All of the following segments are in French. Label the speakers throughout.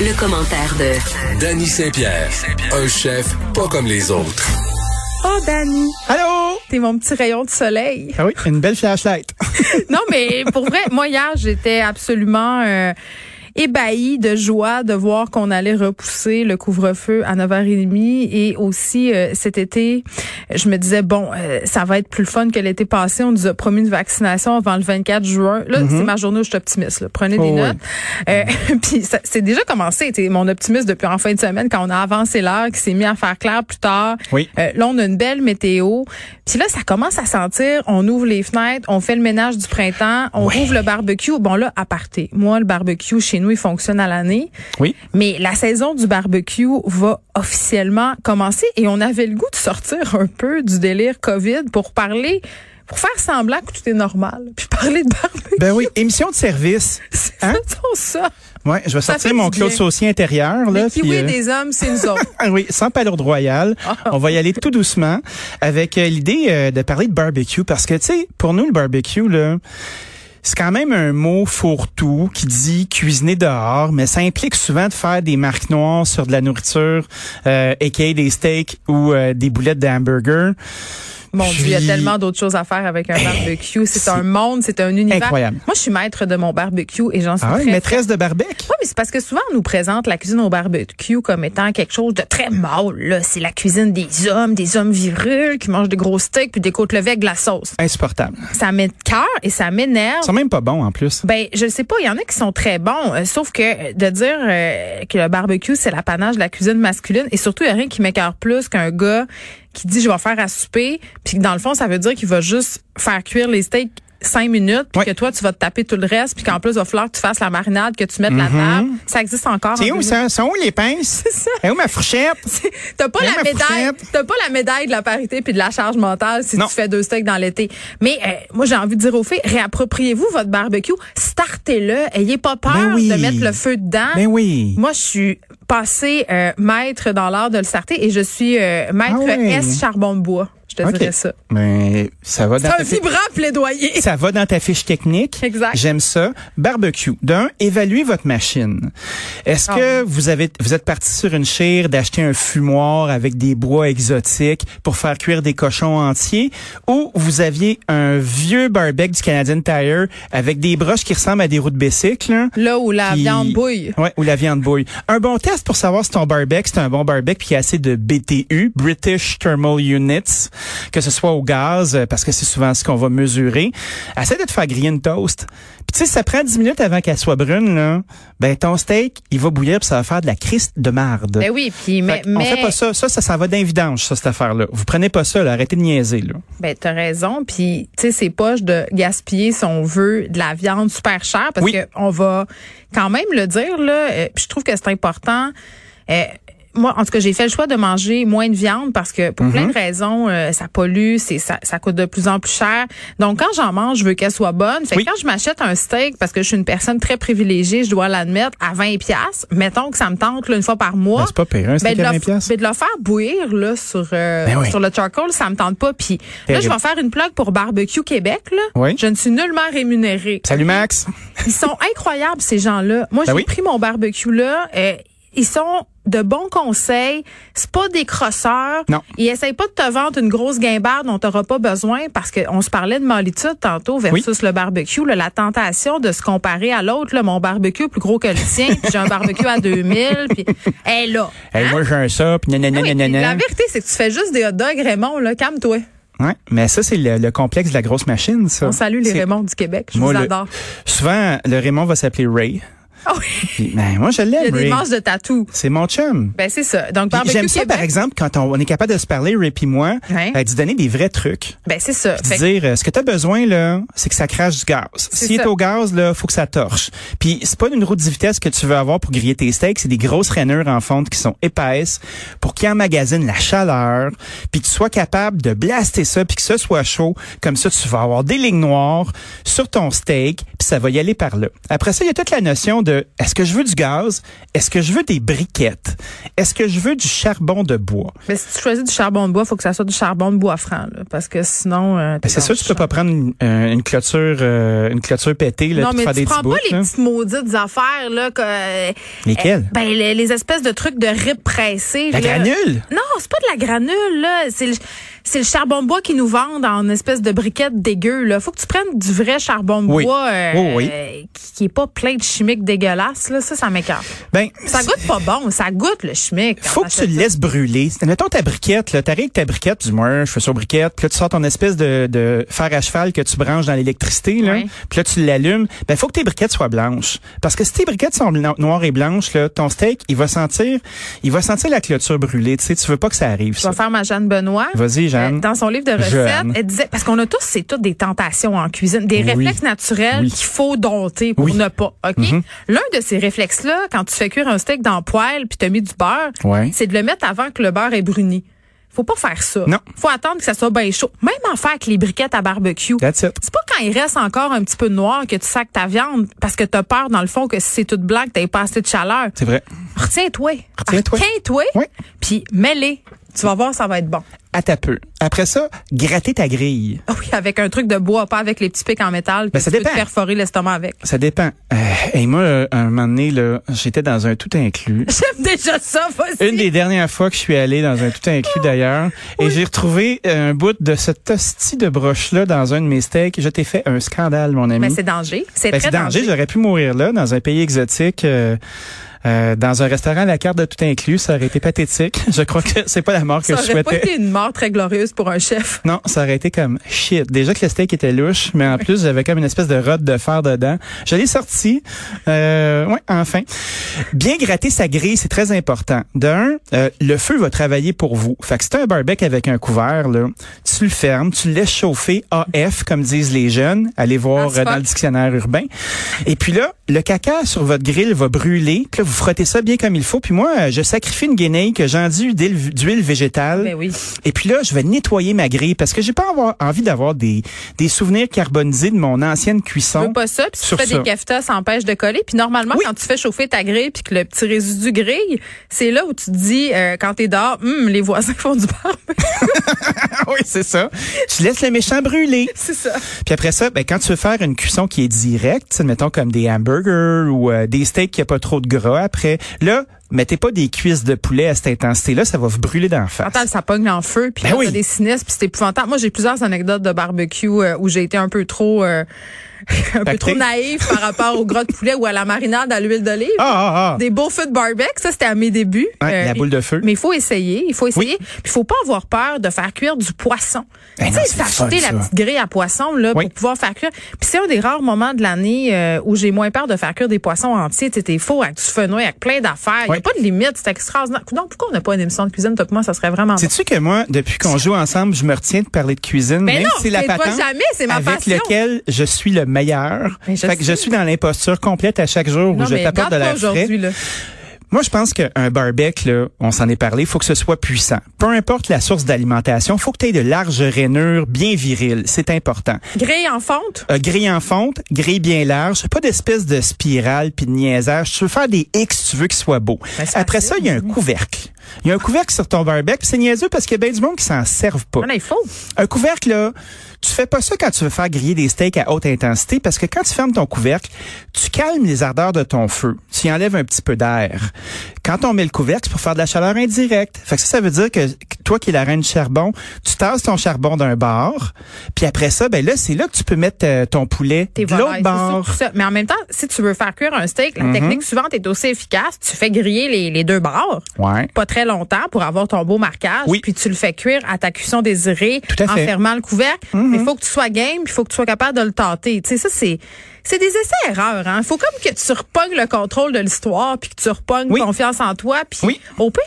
Speaker 1: Le, le commentaire de
Speaker 2: Danny Saint-Pierre, un chef pas comme les autres.
Speaker 3: Oh, Danny,
Speaker 4: Allô?
Speaker 3: t'es mon petit rayon de soleil.
Speaker 4: Ah oui, une belle flashlight.
Speaker 3: non, mais pour vrai, moi, hier, j'étais absolument euh, ébahie de joie de voir qu'on allait repousser le couvre-feu à 9h30 et aussi euh, cet été, je me disais, bon, euh, ça va être plus fun que l'été passé. On nous a promis une vaccination avant le 24 juin. Là, c'est ma journée où je suis optimiste. là. Prenez des
Speaker 4: Oh, oui.
Speaker 3: notes. Euh, Puis ça- c'est déjà commencé. t'sais, Mon optimisme depuis en fin de semaine, quand on a avancé l'heure, qui s'est mis à faire clair plus tard.
Speaker 4: Oui.
Speaker 3: Euh, là, on a une belle météo. Puis là, ça commence à sentir. On ouvre les fenêtres, on fait le ménage du printemps, on ouvre le barbecue. Bon, là, à parté. Moi, le barbecue, chez nous, il fonctionne à l'année.
Speaker 4: Oui.
Speaker 3: Mais la saison du barbecue va officiellement commencer et on avait le goût de sortir un peu du délire COVID pour parler, pour faire semblant que tout est normal. Puis parler de barbecue,
Speaker 4: Ben oui, émission de service.
Speaker 3: c'est
Speaker 4: Hein?
Speaker 3: faisons ça.
Speaker 4: Ouais, je vais
Speaker 3: Ça fait
Speaker 4: sortir
Speaker 3: du
Speaker 4: mon
Speaker 3: bien.
Speaker 4: Claude Saucier intérieur, là.
Speaker 3: Les
Speaker 4: puis,
Speaker 3: kiwis
Speaker 4: euh,
Speaker 3: des Ah. hommes, c'est nous autres.
Speaker 4: ah oui, sans palourde royale. On va y aller tout doucement avec euh, l'idée euh, de parler de barbecue parce que, tu sais, pour nous, le barbecue, là, c'est quand même un mot fourre-tout qui dit cuisiner dehors, mais ça implique souvent de faire des marques noires sur de la nourriture, euh, a.k.a. des steaks ou euh, des boulettes d'hamburger.
Speaker 3: Mon Dieu, il y a
Speaker 4: Puis- Eh,
Speaker 3: tellement d'autres choses à faire avec un barbecue. C'est
Speaker 4: c'est
Speaker 3: un monde, c'est un univers.
Speaker 4: incroyable.
Speaker 3: Moi, je suis maître de mon barbecue et j'en suis
Speaker 4: Ah
Speaker 3: très
Speaker 4: oui, maîtresse de barbecue.
Speaker 3: Oui, mais c'est parce que souvent, on nous présente la cuisine au barbecue comme étant quelque chose de très mâle. là. C'est la cuisine des hommes, des hommes virules qui mangent des gros steaks puis des côtes levées avec de la sauce.
Speaker 4: Insupportable.
Speaker 3: Ça met cœur et ça m'énerve.
Speaker 4: Ils sont même pas bons, en plus.
Speaker 3: Ben, je sais pas, il y en a qui sont très bons, euh, sauf que euh, de dire euh, que le barbecue, c'est l'apanage de la cuisine masculine, et surtout, il y a rien qui m'écœure plus qu'un gars qui dit je vais faire à souper, puis que dans le fond, ça veut dire qu'il va juste faire cuire les steaks cinq minutes, puis
Speaker 4: Ouais.
Speaker 3: que toi, tu vas te taper tout le reste, puis qu'en plus, il va falloir que tu fasses la marinade, que tu mettes la table. Ça existe encore.
Speaker 4: Mm-hmm. C'est
Speaker 3: en
Speaker 4: où, ça? Sont où les pinces?
Speaker 3: ça.
Speaker 4: Et où ma fourchette?
Speaker 3: T'as pas
Speaker 4: Mais
Speaker 3: la
Speaker 4: ma
Speaker 3: médaille,
Speaker 4: fourchette.
Speaker 3: t'as pas la médaille de la parité puis de la charge mentale si
Speaker 4: Non.
Speaker 3: tu fais deux steaks dans l'été. Mais euh, moi j'ai envie de dire aux filles, réappropriez-vous votre barbecue, startez-le, ayez pas peur
Speaker 4: Ben oui.
Speaker 3: de mettre le feu dedans.
Speaker 4: Ben oui.
Speaker 3: Moi, je suis passée euh, maître dans l'art de le starter et je suis euh, maître
Speaker 4: Ah ouais. Ben,
Speaker 3: S charbon de bois. Je te dirais ça.
Speaker 4: Mais ça va dans
Speaker 3: C'est un
Speaker 4: ta fiche.
Speaker 3: vibrant plaidoyer.
Speaker 4: Ça va dans ta fiche technique.
Speaker 3: Exact.
Speaker 4: J'aime ça. Barbecue. D'un, évaluez votre machine. Est-ce
Speaker 3: Ah
Speaker 4: que vous avez, vous êtes parti sur une chire d'acheter un fumoir avec des bois exotiques pour faire cuire des cochons entiers ou vous aviez un vieux barbecue du Canadian Tire avec des broches qui ressemblent à des roues de bicycle? hein? là?
Speaker 3: Là où la
Speaker 4: Puis-
Speaker 3: viande bouille.
Speaker 4: Ouais, ou la viande bouille. Un bon test pour savoir si ton barbecue, c'est un bon barbecue puis il y a assez de BTU, British Thermal Units, que ce soit au gaz, euh, parce que c'est souvent ce qu'on va mesurer. Essaie de te faire griller une toast. Puis tu sais, si ça prend 10 minutes avant qu'elle soit brune, là, ben ton steak, il va bouillir puis ça va faire de la crispe de marde.
Speaker 3: Ben oui, puis mais,
Speaker 4: Fait qu'on
Speaker 3: mais
Speaker 4: fait pas ça. Ça, ça s'en va d'invidence, ça, cette affaire-là. Vous prenez pas ça, là. Arrêtez de niaiser, là.
Speaker 3: Ben, t'as raison. Puis, tu sais, c'est poche de gaspiller, si on veut, de la viande super chère, parce
Speaker 4: Oui.
Speaker 3: que on va quand même le dire, là. euh, puis je trouve que c'est important. Euh, moi, en tout cas, j'ai fait le choix de manger moins de viande parce que pour
Speaker 4: Mhm.
Speaker 3: plein de raisons, euh, ça pollue, c'est ça, ça coûte de plus en plus cher. Donc, quand j'en mange, je veux qu'elle soit bonne. Fait que
Speaker 4: Oui.
Speaker 3: quand je m'achète un steak, parce que je suis une personne très privilégiée, je dois l'admettre, à 20 pièces mettons que ça me tente là, une fois par mois.
Speaker 4: Ben, c'est pas pire, un steak
Speaker 3: de
Speaker 4: à
Speaker 3: le-
Speaker 4: 20 piastres.
Speaker 3: ben, de le faire bouillir là sur euh,
Speaker 4: Ben oui.
Speaker 3: sur le charcoal, ça me tente pas. Puis là,
Speaker 4: Terrible.
Speaker 3: je vais faire une plug pour Barbecue Québec. Là.
Speaker 4: Oui.
Speaker 3: Je ne suis nullement rémunérée.
Speaker 4: Salut, Max.
Speaker 3: Ils sont incroyables ces gens-là. Moi,
Speaker 4: Ben
Speaker 3: j'ai
Speaker 4: oui.
Speaker 3: pris mon barbecue là. euh, ils sont de bons conseils. C'est pas des crosseurs.
Speaker 4: Non.
Speaker 3: Ils essayent pas de te vendre une grosse guimbarde dont t'auras pas besoin parce qu'on se parlait de malitude tantôt versus le barbecue. là, la tentation de se comparer à l'autre. là, Mon barbecue est plus gros que le tien. puis j'ai un barbecue à 2000. Puis, hey, là. Ah
Speaker 4: Hey, moi, j'ai un ça, puis nanana,
Speaker 3: Oui, puis
Speaker 4: nanana.
Speaker 3: la vérité, c'est que tu fais juste des hot dogs, Raymond, là. Calme-toi.
Speaker 4: Ouais, mais ça, c'est le, le complexe de la grosse machine, ça.
Speaker 3: On salue les
Speaker 4: C'est-
Speaker 3: Raymonds du Québec. Je
Speaker 4: Moi,
Speaker 3: vous
Speaker 4: le-
Speaker 3: adore.
Speaker 4: Souvent, le Raymond va s'appeler Ray.
Speaker 3: Ah oui,
Speaker 4: Puis, ben, moi, je
Speaker 3: il y a
Speaker 4: l'aime,
Speaker 3: des
Speaker 4: Ray.
Speaker 3: manches de tatou.
Speaker 4: C'est mon chum.
Speaker 3: Ben, c'est ça. Donc,
Speaker 4: Puis
Speaker 3: barbecue
Speaker 4: J'aime ça,
Speaker 3: Québec,
Speaker 4: par exemple, quand on, on est capable de se parler, Ray puis moi,
Speaker 3: Ouais.
Speaker 4: euh, d'y donner des vrais trucs.
Speaker 3: ben, c'est ça.
Speaker 4: Puis
Speaker 3: Fait
Speaker 4: de
Speaker 3: que-
Speaker 4: dire, euh, ce que tu as besoin, là, c'est que ça crache du gaz. S'il
Speaker 3: ça.
Speaker 4: est au gaz, là, faut que ça torche. Puis c'est pas une route de vitesse que tu veux avoir pour griller tes steaks, c'est des grosses rainures en fonte qui sont épaisses pour qu'ils emmagasinent la chaleur, puis que tu sois capable de blaster ça, puis que ce soit chaud. Comme ça, tu vas avoir des lignes noires sur ton steak, puis ça va y aller par là. Après ça, il y a toute la notion de de est-ce que je veux du gaz? Est-ce que je veux des briquettes? Est-ce que je veux du charbon de bois?
Speaker 3: Mais ben, si tu choisis du charbon de bois, il faut que ça soit du charbon de bois franc, là, parce que sinon. euh,
Speaker 4: Ben,
Speaker 3: t'es
Speaker 4: c'est
Speaker 3: dans
Speaker 4: sûr,
Speaker 3: le
Speaker 4: tu peux
Speaker 3: champ.
Speaker 4: pas prendre une, euh, une clôture, euh, une clôture pétée, là,
Speaker 3: Non,
Speaker 4: puis
Speaker 3: mais
Speaker 4: faire
Speaker 3: tu
Speaker 4: des petits
Speaker 3: prends pas
Speaker 4: bouts,
Speaker 3: les
Speaker 4: là.
Speaker 3: petites maudites affaires, là. Que, euh,
Speaker 4: Lesquelles?
Speaker 3: euh, Ben, les, les espèces de trucs de rip pressés.
Speaker 4: La
Speaker 3: là.
Speaker 4: granule?
Speaker 3: Non, c'est pas de la granule, là. C'est le, c'est le charbon de bois qu'ils nous vendent en espèce de briquettes dégueu, là. Faut que tu prennes du vrai charbon de
Speaker 4: Oui.
Speaker 3: bois euh,
Speaker 4: Oui, oui.
Speaker 3: euh, qui, qui est pas plein de chimiques dégueulasses, là. Ça, ça m'écarte.
Speaker 4: Ben,
Speaker 3: Ça goûte pas bon. Ça goûte le hein, chimique. quand
Speaker 4: faut que tu
Speaker 3: t'achètes
Speaker 4: le
Speaker 3: ça.
Speaker 4: laisses brûler. Mettons ta briquette, là, t'arrives avec ta briquette, tu dis, moi, je fais sur briquette, puis là, tu sors ton espèce de, de fer à cheval que tu branches dans l'électricité, là,
Speaker 3: Oui.
Speaker 4: puis là, tu l'allumes. Ben, faut que tes briquettes soient blanches. Parce que si tes briquettes sont blan- noires et blanches, là, ton steak, il va sentir, il va sentir la clôture brûlée, tu sais, tu veux pas que ça arrive,
Speaker 3: Je
Speaker 4: ça.
Speaker 3: vais faire ma Jeanne Benoît.
Speaker 4: Vas-y, Jeanne.
Speaker 3: Euh, Dans son livre de recettes,
Speaker 4: Jeanne.
Speaker 3: elle disait, parce qu'on a tous, c'est toutes des tentations en cuisine, des
Speaker 4: Oui.
Speaker 3: réflexes naturels
Speaker 4: Oui.
Speaker 3: qu'il faut dompter pour
Speaker 4: Oui. Mm-hmm.
Speaker 3: ne pas. OK? L'un de ces réflexes-là, quand tu fais cuire un steak dans le poêle puis t'as mis du beurre,
Speaker 4: Ouais.
Speaker 3: c'est de le mettre avant que le beurre ait bruni. Faut pas faire ça.
Speaker 4: Non.
Speaker 3: Faut attendre que ça soit bien chaud. Même en faire avec les briquettes à barbecue.
Speaker 4: That's it.
Speaker 3: C'est pas quand il reste encore un petit peu de noir que tu sacs ta viande parce que t'as peur, dans le fond, que si c'est tout blanc, que t'aies pas assez de chaleur.
Speaker 4: C'est vrai.
Speaker 3: Retiens-toi.
Speaker 4: Retiens-toi.
Speaker 3: Retiens-toi.
Speaker 4: Oui.
Speaker 3: Puis mêle-les. Tu vas voir, ça va être bon.
Speaker 4: À ta peu. Après ça, gratter ta grille.
Speaker 3: Ah Oui, avec un truc de bois, pas avec les petits pics en métal. Que
Speaker 4: Ben, ça
Speaker 3: tu peux te
Speaker 4: dépend.
Speaker 3: perforer l'estomac avec.
Speaker 4: Ça dépend. Euh, et moi, euh, un moment donné, là, j'étais dans un tout inclus.
Speaker 3: J'aime déjà ça, vas-y.
Speaker 4: Une des dernières fois que je suis allé dans un tout inclus d'ailleurs, et j'ai retrouvé euh, un bout de cette hostie de broche-là dans un de mes steaks. Je t'ai fait un scandale, mon ami.
Speaker 3: Mais c'est danger. C'est
Speaker 4: Ben,
Speaker 3: très
Speaker 4: c'est danger,
Speaker 3: danger.
Speaker 4: j'aurais pu mourir là, dans un pays exotique, euh, euh, dans un restaurant à la carte de tout inclus, ça aurait été pathétique. Je crois que c'est pas la mort que
Speaker 3: Ça
Speaker 4: je
Speaker 3: aurait pas
Speaker 4: souhaitais.
Speaker 3: été une mort très glorieuse pour un chef.
Speaker 4: Non, ça aurait été comme shit. Déjà que le steak était louche, mais en plus j'avais comme une espèce de rotte de fer dedans. Je l'ai sorti. Euh, ouais, enfin. Bien gratter sa grille, c'est très important. De un, euh, le feu va travailler pour vous. Fait que si t'as un barbecue avec un couvert, là, tu le fermes, tu le laisses chauffer AF, comme disent les jeunes. Allez voir
Speaker 3: Ah, c'est
Speaker 4: euh, dans
Speaker 3: pas-
Speaker 4: le dictionnaire urbain. Et puis là, le caca sur votre grille va brûler. Puis là, vous frottez ça bien comme il faut. Puis moi, euh, je sacrifie une guenille que j'enduis d'huile d'huile végétale.
Speaker 3: Ben oui.
Speaker 4: Et puis là, je vais nettoyer ma grille parce que j'ai pas avoir- envie d'avoir des, des souvenirs carbonisés de mon ancienne
Speaker 3: Tu
Speaker 4: cuisson.
Speaker 3: veux pas ça, puis si tu
Speaker 4: sur
Speaker 3: fais
Speaker 4: ça.
Speaker 3: des keftas, ça empêche de coller. Puis normalement,
Speaker 4: Oui.
Speaker 3: quand tu fais chauffer ta grille, puis que le petit résidu grille, c'est là où tu te dis, euh, quand t'es dehors, Hum, les voisins font du barbecue.
Speaker 4: Ah oui, c'est ça. Je laisse le méchant brûler.
Speaker 3: c'est ça.
Speaker 4: Puis après ça, ben, quand tu veux faire une cuisson qui est directe, tu sais, mettons comme des hamburgers ou euh, des steaks qui a pas trop de gras après, là, mettez pas des cuisses de poulet à cette intensité-là, ça va vous brûler d'en
Speaker 3: Attends,
Speaker 4: face.
Speaker 3: ça pogne en feu, puis
Speaker 4: Ben
Speaker 3: là, t'as
Speaker 4: oui.
Speaker 3: des sinistres, puis c'est épouvantable. Moi, j'ai plusieurs anecdotes de barbecue euh, où j'ai été un peu trop, euh, un peu
Speaker 4: Tactique.
Speaker 3: trop naïf par rapport au gras de poulet ou à la marinade à l'huile d'olive.
Speaker 4: Ah, ah, ah.
Speaker 3: Des beaux feux de barbecue, ça c'était à mes débuts. Euh,
Speaker 4: Ouais, la boule de feu.
Speaker 3: Mais il faut essayer, il faut essayer. Puis il faut pas avoir peur de faire cuire du poisson.
Speaker 4: Eh
Speaker 3: tu
Speaker 4: non,
Speaker 3: sais,
Speaker 4: c'est
Speaker 3: t'as
Speaker 4: le fun,
Speaker 3: acheté
Speaker 4: ça.
Speaker 3: la petite grille à poisson là
Speaker 4: Oui.
Speaker 3: pour pouvoir faire cuire. Puis c'est un des rares moments de l'année euh, où j'ai moins peur de faire cuire des poissons entiers. Tu sais, T'es faux avec du fenouil, avec plein d'affaires. Il
Speaker 4: Oui.
Speaker 3: a pas de limite, c'est extraordinaire. Donc pourquoi on n'a pas une émission de cuisine Toi, moi, ça serait vraiment. bon.
Speaker 4: Sais-tu que moi, depuis qu'on joue ensemble, je me retiens de parler de cuisine,
Speaker 3: Mais
Speaker 4: même
Speaker 3: non,
Speaker 4: si c'est la
Speaker 3: mais toi
Speaker 4: patente
Speaker 3: jamais, c'est ma
Speaker 4: avec
Speaker 3: passion.
Speaker 4: lequel je suis le meilleur.
Speaker 3: Mais je
Speaker 4: fait que je
Speaker 3: sais.
Speaker 4: suis dans l'imposture complète à chaque jour
Speaker 3: Non,
Speaker 4: où je
Speaker 3: mais
Speaker 4: t'apporte de
Speaker 3: garde-toi
Speaker 4: la frais.
Speaker 3: aujourd'hui là.
Speaker 4: Moi, je pense qu'un barbecue, là, on s'en est parlé, faut que ce soit puissant. Peu importe la source d'alimentation, faut que tu aies de larges rainures bien viriles. C'est important.
Speaker 3: Grille en fonte.
Speaker 4: Euh, grille en fonte, grille bien large, pas d'espèce de spirale puis de niaisage. Tu veux faire des X, tu veux qu'il soit beau.
Speaker 3: Ben, c'est
Speaker 4: Après
Speaker 3: facile,
Speaker 4: ça, il y a un couvercle. Il y a un couvercle sur ton barbecue, puis c'est niaiseux parce qu'il y a bien du monde qui s'en servent pas.
Speaker 3: Ah, Non, non, il faut.
Speaker 4: Un couvercle, là, tu fais pas ça quand tu veux faire griller des steaks à haute intensité parce que quand tu fermes ton couvercle, tu calmes les ardeurs de ton feu. Tu y enlèves un petit peu d'air. Quand on met le couvercle, c'est pour faire de la chaleur indirecte. Fait que ça, ça veut dire que que toi qui es la reine du charbon, tu tasses ton charbon d'un bord, puis après ça, ben là, c'est là que tu peux mettre euh, ton poulet
Speaker 3: tes
Speaker 4: de l'autre
Speaker 3: volailles, c'est
Speaker 4: bord. Mm-hmm.
Speaker 3: ça, tout ça. Mais en même temps, si tu veux faire cuire un steak, la technique suivante est aussi efficace. Tu fais griller les, les deux bords.
Speaker 4: Ouais.
Speaker 3: Pas très longtemps pour avoir ton beau marquage.
Speaker 4: Oui.
Speaker 3: Puis tu le fais cuire à ta cuisson désirée
Speaker 4: Tout à
Speaker 3: en
Speaker 4: fait. Mhm.
Speaker 3: fermant le couvercle. Mais il faut que tu sois game, il faut que tu sois capable de le tenter. Tu sais, ça, c'est. C'est des essais-erreurs. hein. faut comme que tu repognes le contrôle de l'histoire, puis que tu repognes
Speaker 4: Oui.
Speaker 3: confiance en toi. Puis
Speaker 4: Oui.
Speaker 3: au pire,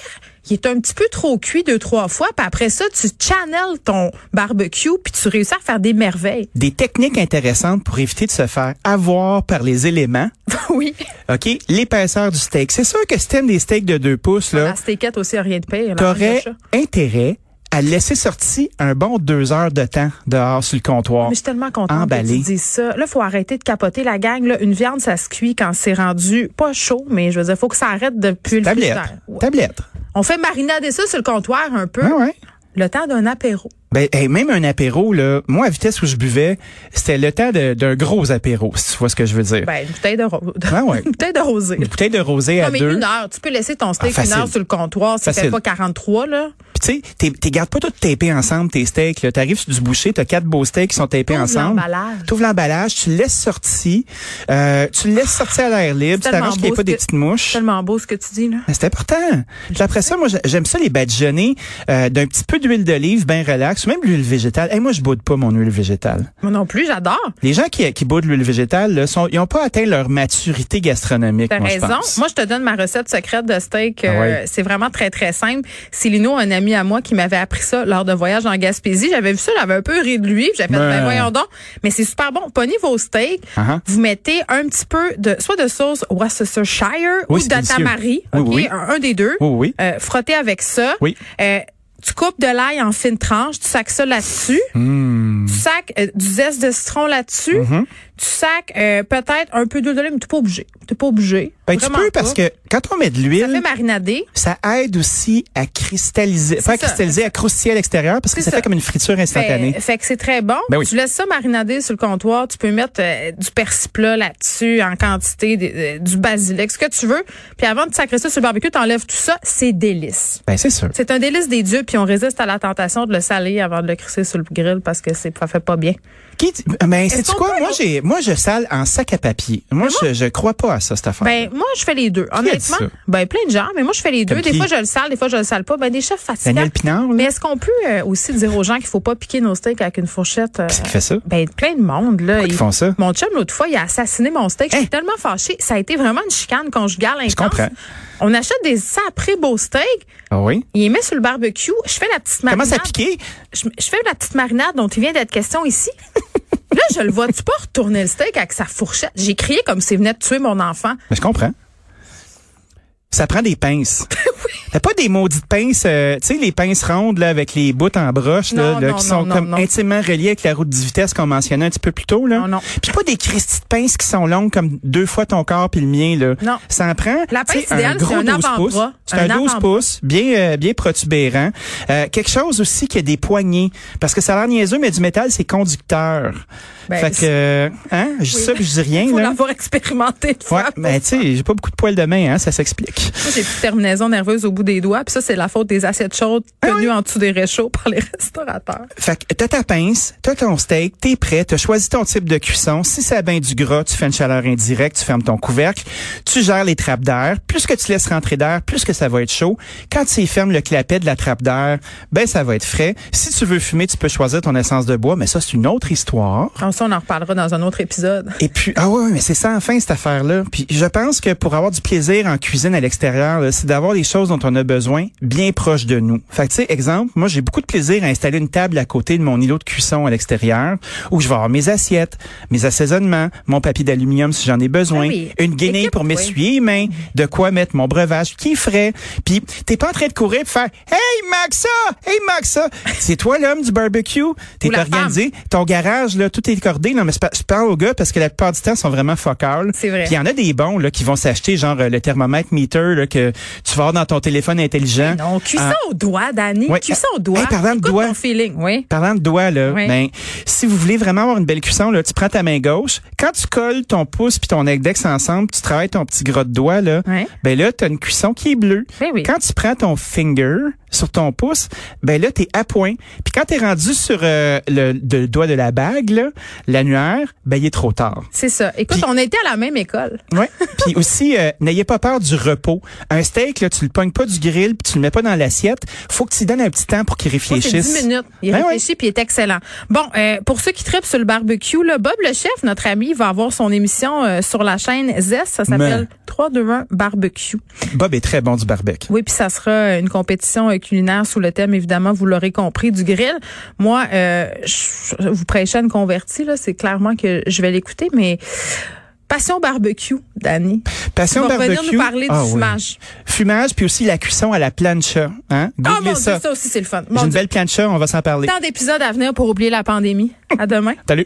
Speaker 3: il est un petit peu trop cuit deux, trois fois. Puis après ça, tu channels ton barbecue, puis tu réussis à faire des merveilles.
Speaker 4: Des techniques intéressantes pour éviter de se faire avoir par les éléments.
Speaker 3: oui.
Speaker 4: OK? L'épaisseur du
Speaker 3: Ah,
Speaker 4: steak. C'est sûr que si t'aimes des steaks de 2 pouces, là,
Speaker 3: La steakette aussi, a rien de pire. là,
Speaker 4: Euh. t'aurais
Speaker 3: déjà.
Speaker 4: intérêt à laisser sortir un bon deux heures de temps dehors sur le comptoir.
Speaker 3: Mais je suis tellement contente
Speaker 4: Emballé.
Speaker 3: que tu dises ça. Là, faut arrêter de capoter la gang. Là, une viande, ça se cuit quand c'est rendu pas chaud, mais je veux dire, faut que ça arrête de puer le
Speaker 4: Tablette.
Speaker 3: frigidaire. Ouais. Hum.
Speaker 4: Tablette.
Speaker 3: On fait marinader ça sur le comptoir un peu.
Speaker 4: Ouais, ouais.
Speaker 3: Le temps d'un apéro.
Speaker 4: Ben, hey, même un apéro, là, moi, à vitesse où je buvais, c'était le temps de- d'un gros apéro, si tu vois ce que je veux dire.
Speaker 3: Ben, une bouteille de, ro-
Speaker 4: Ouais, ouais.
Speaker 3: une bouteille de rosé.
Speaker 4: Une bouteille de rosé à
Speaker 3: Non, mais
Speaker 4: deux.
Speaker 3: une heure. Tu peux laisser ton steak
Speaker 4: Ah,
Speaker 3: une heure
Speaker 4: facile.
Speaker 3: sur le comptoir. Ça fait
Speaker 4: Facile.
Speaker 3: pas 43, là.
Speaker 4: Puis tu sais, t'es- t'es gardes pas tout tapé ensemble tes steaks. là. T'arrives sur du boucher, t'as quatre beaux steaks qui sont tapés
Speaker 3: T'ouvres
Speaker 4: ensemble.
Speaker 3: l'emballage.
Speaker 4: T'ouvres l'emballage, tu le laisses sortir, euh, tu le laisses sortir à l'air libre, tu
Speaker 3: C'est
Speaker 4: t'arranges qu'il n'y ait
Speaker 3: beau
Speaker 4: pas
Speaker 3: ce
Speaker 4: des
Speaker 3: que-
Speaker 4: petites mouches.
Speaker 3: Tellement beau ce que tu dis, là.
Speaker 4: Mais Ah, C'est important. Puis après ça, moi, j'a- j'aime ça les badigeonner euh, d'un petit peu d'huile d'olive, bien relax, ou même l'huile végétale. Et moi, je boude pas mon huile végétale.
Speaker 3: Moi non plus, j'adore.
Speaker 4: Les gens qui, qui boudent l'huile végétale, là, sont, ils n'ont pas atteint leur maturité gastronomique.
Speaker 3: T'as
Speaker 4: moi, je
Speaker 3: raison.
Speaker 4: pense.
Speaker 3: Moi, je te donne ma recette secrète de steak.
Speaker 4: Ah
Speaker 3: Euh,
Speaker 4: ouais.
Speaker 3: C'est vraiment très, très simple. Silino, un ami à moi qui m'avait appris ça lors de voyage en Gaspésie, j'avais vu ça, j'avais un peu ri de lui. puis J'avais fait,
Speaker 4: Mais-
Speaker 3: ben voyons donc. Mais c'est super bon. Pognez vos steaks.
Speaker 4: Uh-huh.
Speaker 3: Vous mettez un petit peu de, soit de sauce Worcestershire
Speaker 4: Oui,
Speaker 3: ou
Speaker 4: c'est délicieux.
Speaker 3: d'atamari.
Speaker 4: Oui,
Speaker 3: ok?
Speaker 4: oui.
Speaker 3: Un, un des deux.
Speaker 4: Oui, oui.
Speaker 3: Euh, frottez avec ça.
Speaker 4: Oui.
Speaker 3: Euh, tu coupes de l'ail en fines tranches, tu sacs ça là-dessus. Tu sacs euh, du zeste de citron là-dessus.
Speaker 4: Mm-hmm.
Speaker 3: Tu sacs euh, peut-être un peu d'huile d'olive, mais t'es pas obligé. T'es pas obligé.
Speaker 4: Ben, tu
Speaker 3: Vraiment
Speaker 4: peux
Speaker 3: pas.
Speaker 4: parce que quand on met de
Speaker 3: Ça fait
Speaker 4: l'huile,
Speaker 3: marinader.
Speaker 4: ça aide aussi à cristalliser,
Speaker 3: C'est
Speaker 4: pas à
Speaker 3: ça.
Speaker 4: cristalliser, à croustiller à l'extérieur parce que
Speaker 3: C'est
Speaker 4: ça,
Speaker 3: ça.
Speaker 4: fait comme une friture instantanée.
Speaker 3: Ben, Fait, fait que c'est très bon.
Speaker 4: Ben oui.
Speaker 3: Tu laisses ça marinader sur le comptoir. Tu peux mettre euh, du persil plat là-dessus en quantité, des- euh, du basilic, ce que tu veux. Puis avant de sacrer ça sur le barbecue, t'enlèves tout ça. C'est délice.
Speaker 4: Ben c'est sûr.
Speaker 3: C'est un délice des dieux, puis on résiste à la tentation de le saler avant de le crisser sur le grill parce que c'est ça fait pas bien.
Speaker 4: Qui dit- ben c'est
Speaker 3: qu'on
Speaker 4: quoi
Speaker 3: peut-
Speaker 4: Moi j'ai, moi je sale en sac à papier. Moi, je, je crois pas à ça cette affaire.
Speaker 3: Ben moi je fais les deux.
Speaker 4: a dit ça?
Speaker 3: Honnêtement, ben plein de gens, mais moi je fais les
Speaker 4: Comme
Speaker 3: deux. Des
Speaker 4: qui?
Speaker 3: fois je le sale, des fois je le sale pas. Ben des chefs fatigants.
Speaker 4: Daniel Pinard, là?
Speaker 3: Mais est-ce qu'on peut euh, aussi dire aux gens qu'il faut pas piquer nos steaks avec une fourchette euh,
Speaker 4: c'est qui fait ça
Speaker 3: Ben plein de monde là.
Speaker 4: Pourquoi ils font ça?
Speaker 3: Mon chum l'autre fois il a assassiné mon steak. Je
Speaker 4: Hein?
Speaker 3: suis tellement fâchée. Ça a été vraiment une chicane conjugale intense.
Speaker 4: comprends.
Speaker 3: On achète des sacrés beaux steaks.
Speaker 4: Ah oui.
Speaker 3: Il les met sur le barbecue. Je fais la petite
Speaker 4: Comment
Speaker 3: marinade.
Speaker 4: ça piquer
Speaker 3: je, je fais la petite marinade dont il vient d'être question ici. Là, je le vois-tu pas retourner le steak avec sa fourchette? J'ai crié comme s'il venait de tuer mon enfant.
Speaker 4: ben, Je comprends. Ça prend des pinces. T'as pas des maudites pinces, euh, tu sais, les pinces rondes là, avec les bouts en broche là,
Speaker 3: Non,
Speaker 4: là,
Speaker 3: non,
Speaker 4: qui
Speaker 3: non,
Speaker 4: sont
Speaker 3: non,
Speaker 4: comme
Speaker 3: non.
Speaker 4: intimement reliés avec la route de vitesse qu'on mentionnait un petit peu plus tôt. Là.
Speaker 3: Non, non.
Speaker 4: Puis pas des cristis de pinces qui sont longues comme deux fois ton corps puis le mien. Là.
Speaker 3: Non.
Speaker 4: Ça en prend.
Speaker 3: La
Speaker 4: tu sais,
Speaker 3: pince idéale, c'est
Speaker 4: gros
Speaker 3: un
Speaker 4: 12
Speaker 3: avant-bras,
Speaker 4: pouces. C'est un
Speaker 3: un
Speaker 4: 12
Speaker 3: avant-bras.
Speaker 4: pouces, bien, euh, bien protubérant. Euh, quelque chose aussi qui a des poignées. Parce que ça a l'air niaiseux, mais du métal, c'est conducteur.
Speaker 3: Ben,
Speaker 4: fait que,
Speaker 3: c'est-
Speaker 4: euh, hein, je dis ça, puis je dis rien.
Speaker 3: Faut
Speaker 4: là.
Speaker 3: l'avoir expérimenté une
Speaker 4: Ouais,
Speaker 3: fois.
Speaker 4: mais tu sais, j'ai pas beaucoup de poils de main, hein, ça s'explique.
Speaker 3: Moi, j'ai plus de terminaison nerveuse au bout des doigts. Puis ça, c'est la faute des assiettes chaudes tenues en dessous des réchauds par les restaurateurs.
Speaker 4: Fait que t'as ta pince, t'as ton steak, t'es prêt, t'as choisi ton type de cuisson. Si c'est à bain du gras, tu fais une chaleur indirecte, tu fermes ton couvercle, tu gères les trappes d'air. Plus que tu laisses rentrer d'air, plus que ça va être chaud. Quand tu y fermes le clapet de la trappe d'air, ben ça va être frais. Si tu veux fumer, tu peux choisir ton essence de bois, mais ça c'est une autre histoire.
Speaker 3: En ça, on en reparlera dans un autre épisode.
Speaker 4: Et puis, ah ouais, mais c'est sans fin, cette affaire-là. Puis, je pense que pour avoir du plaisir en cuisine à l'extérieur, là, c'est d'avoir les choses dont on a besoin bien proches de nous. Fait que, tu sais, exemple, moi, j'ai beaucoup de plaisir à installer une table à côté de mon îlot de cuisson à l'extérieur, où je vais avoir mes assiettes, mes assaisonnements, mon papier d'aluminium si j'en ai besoin,
Speaker 3: Ah oui.
Speaker 4: une guenille
Speaker 3: Équipe,
Speaker 4: pour
Speaker 3: oui.
Speaker 4: m'essuyer les mains, de quoi mettre mon breuvage qui est frais. Puis, t'es pas en train de courir et faire, hey, Maxa! Hey, Maxa! C'est toi l'homme du barbecue? T'es
Speaker 3: Ou la
Speaker 4: organisé sais, ton garage, là, tout est cordé. Non, mais c'est pas- je parle aux gars parce que la plupart du temps, ils sont vraiment focales.
Speaker 3: C'est vrai.
Speaker 4: Puis il y en a des bons, là, qui vont s'acheter, genre, euh, le thermomètre meter, là, que tu vas avoir dans ton téléphone intelligent.
Speaker 3: Non, cuisson
Speaker 4: Ah,
Speaker 3: au doigt, Dani.
Speaker 4: Ouais.
Speaker 3: Cuisson au doigt.
Speaker 4: Hey, parlant de
Speaker 3: Écoute
Speaker 4: doigt.
Speaker 3: ton feeling, oui.
Speaker 4: Parlant de doigts, là,
Speaker 3: Oui.
Speaker 4: ben, si vous voulez vraiment avoir une belle cuisson, là, tu prends ta main gauche. Quand tu colles ton pouce puis ton index ensemble, tu travailles ton petit gras de doigt, là,
Speaker 3: Oui.
Speaker 4: ben là, t'as une cuisson qui est bleue.
Speaker 3: Ben oui.
Speaker 4: Quand tu prends ton finger sur ton pouce, ben là, t'es à point. Puis quand t'es rendu sur euh, le, le doigt de la bague, là, l'annuaire, ben il est trop tard.
Speaker 3: C'est ça. Écoute,
Speaker 4: Puis-
Speaker 3: on était à la même école.
Speaker 4: Ouais. Puis aussi, euh, n'ayez pas peur du repos. Un steak, là, tu le pognes pas du grill, puis tu le mets pas dans l'assiette. Faut que tu lui donnes un petit temps pour qu'il
Speaker 3: Moi, c'est
Speaker 4: réfléchisse.
Speaker 3: 10 minutes. Il
Speaker 4: Ben
Speaker 3: réfléchit puis il est excellent. Bon, euh, pour ceux qui tripent sur le barbecue, là, Bob le chef, notre ami, va avoir son émission euh, sur la chaîne Zest. Ça s'appelle 321 Barbecue.
Speaker 4: ouais. Bob est très bon du barbecue.
Speaker 3: Oui, puis ça sera une compétition euh, culinaire sous le thème, évidemment, vous l'aurez compris, du grill. Moi, euh, je- vous prêchez à une convertie, là, c'est clairement que je vais l'écouter, mais Passion barbecue, Danny.
Speaker 4: Passion
Speaker 3: tu vas
Speaker 4: barbecue.
Speaker 3: revenir nous parler
Speaker 4: Ah
Speaker 3: du
Speaker 4: oui.
Speaker 3: fumage.
Speaker 4: Fumage, puis aussi la cuisson à la plancha. Hein?
Speaker 3: Ah,
Speaker 4: Googlez
Speaker 3: mon
Speaker 4: ça.
Speaker 3: Dieu, ça aussi, c'est le fun. Mon
Speaker 4: J'ai une
Speaker 3: Dieu.
Speaker 4: belle plancha, on va s'en parler.
Speaker 3: Tant d'épisodes à venir pour oublier la pandémie. À demain.
Speaker 4: Salut.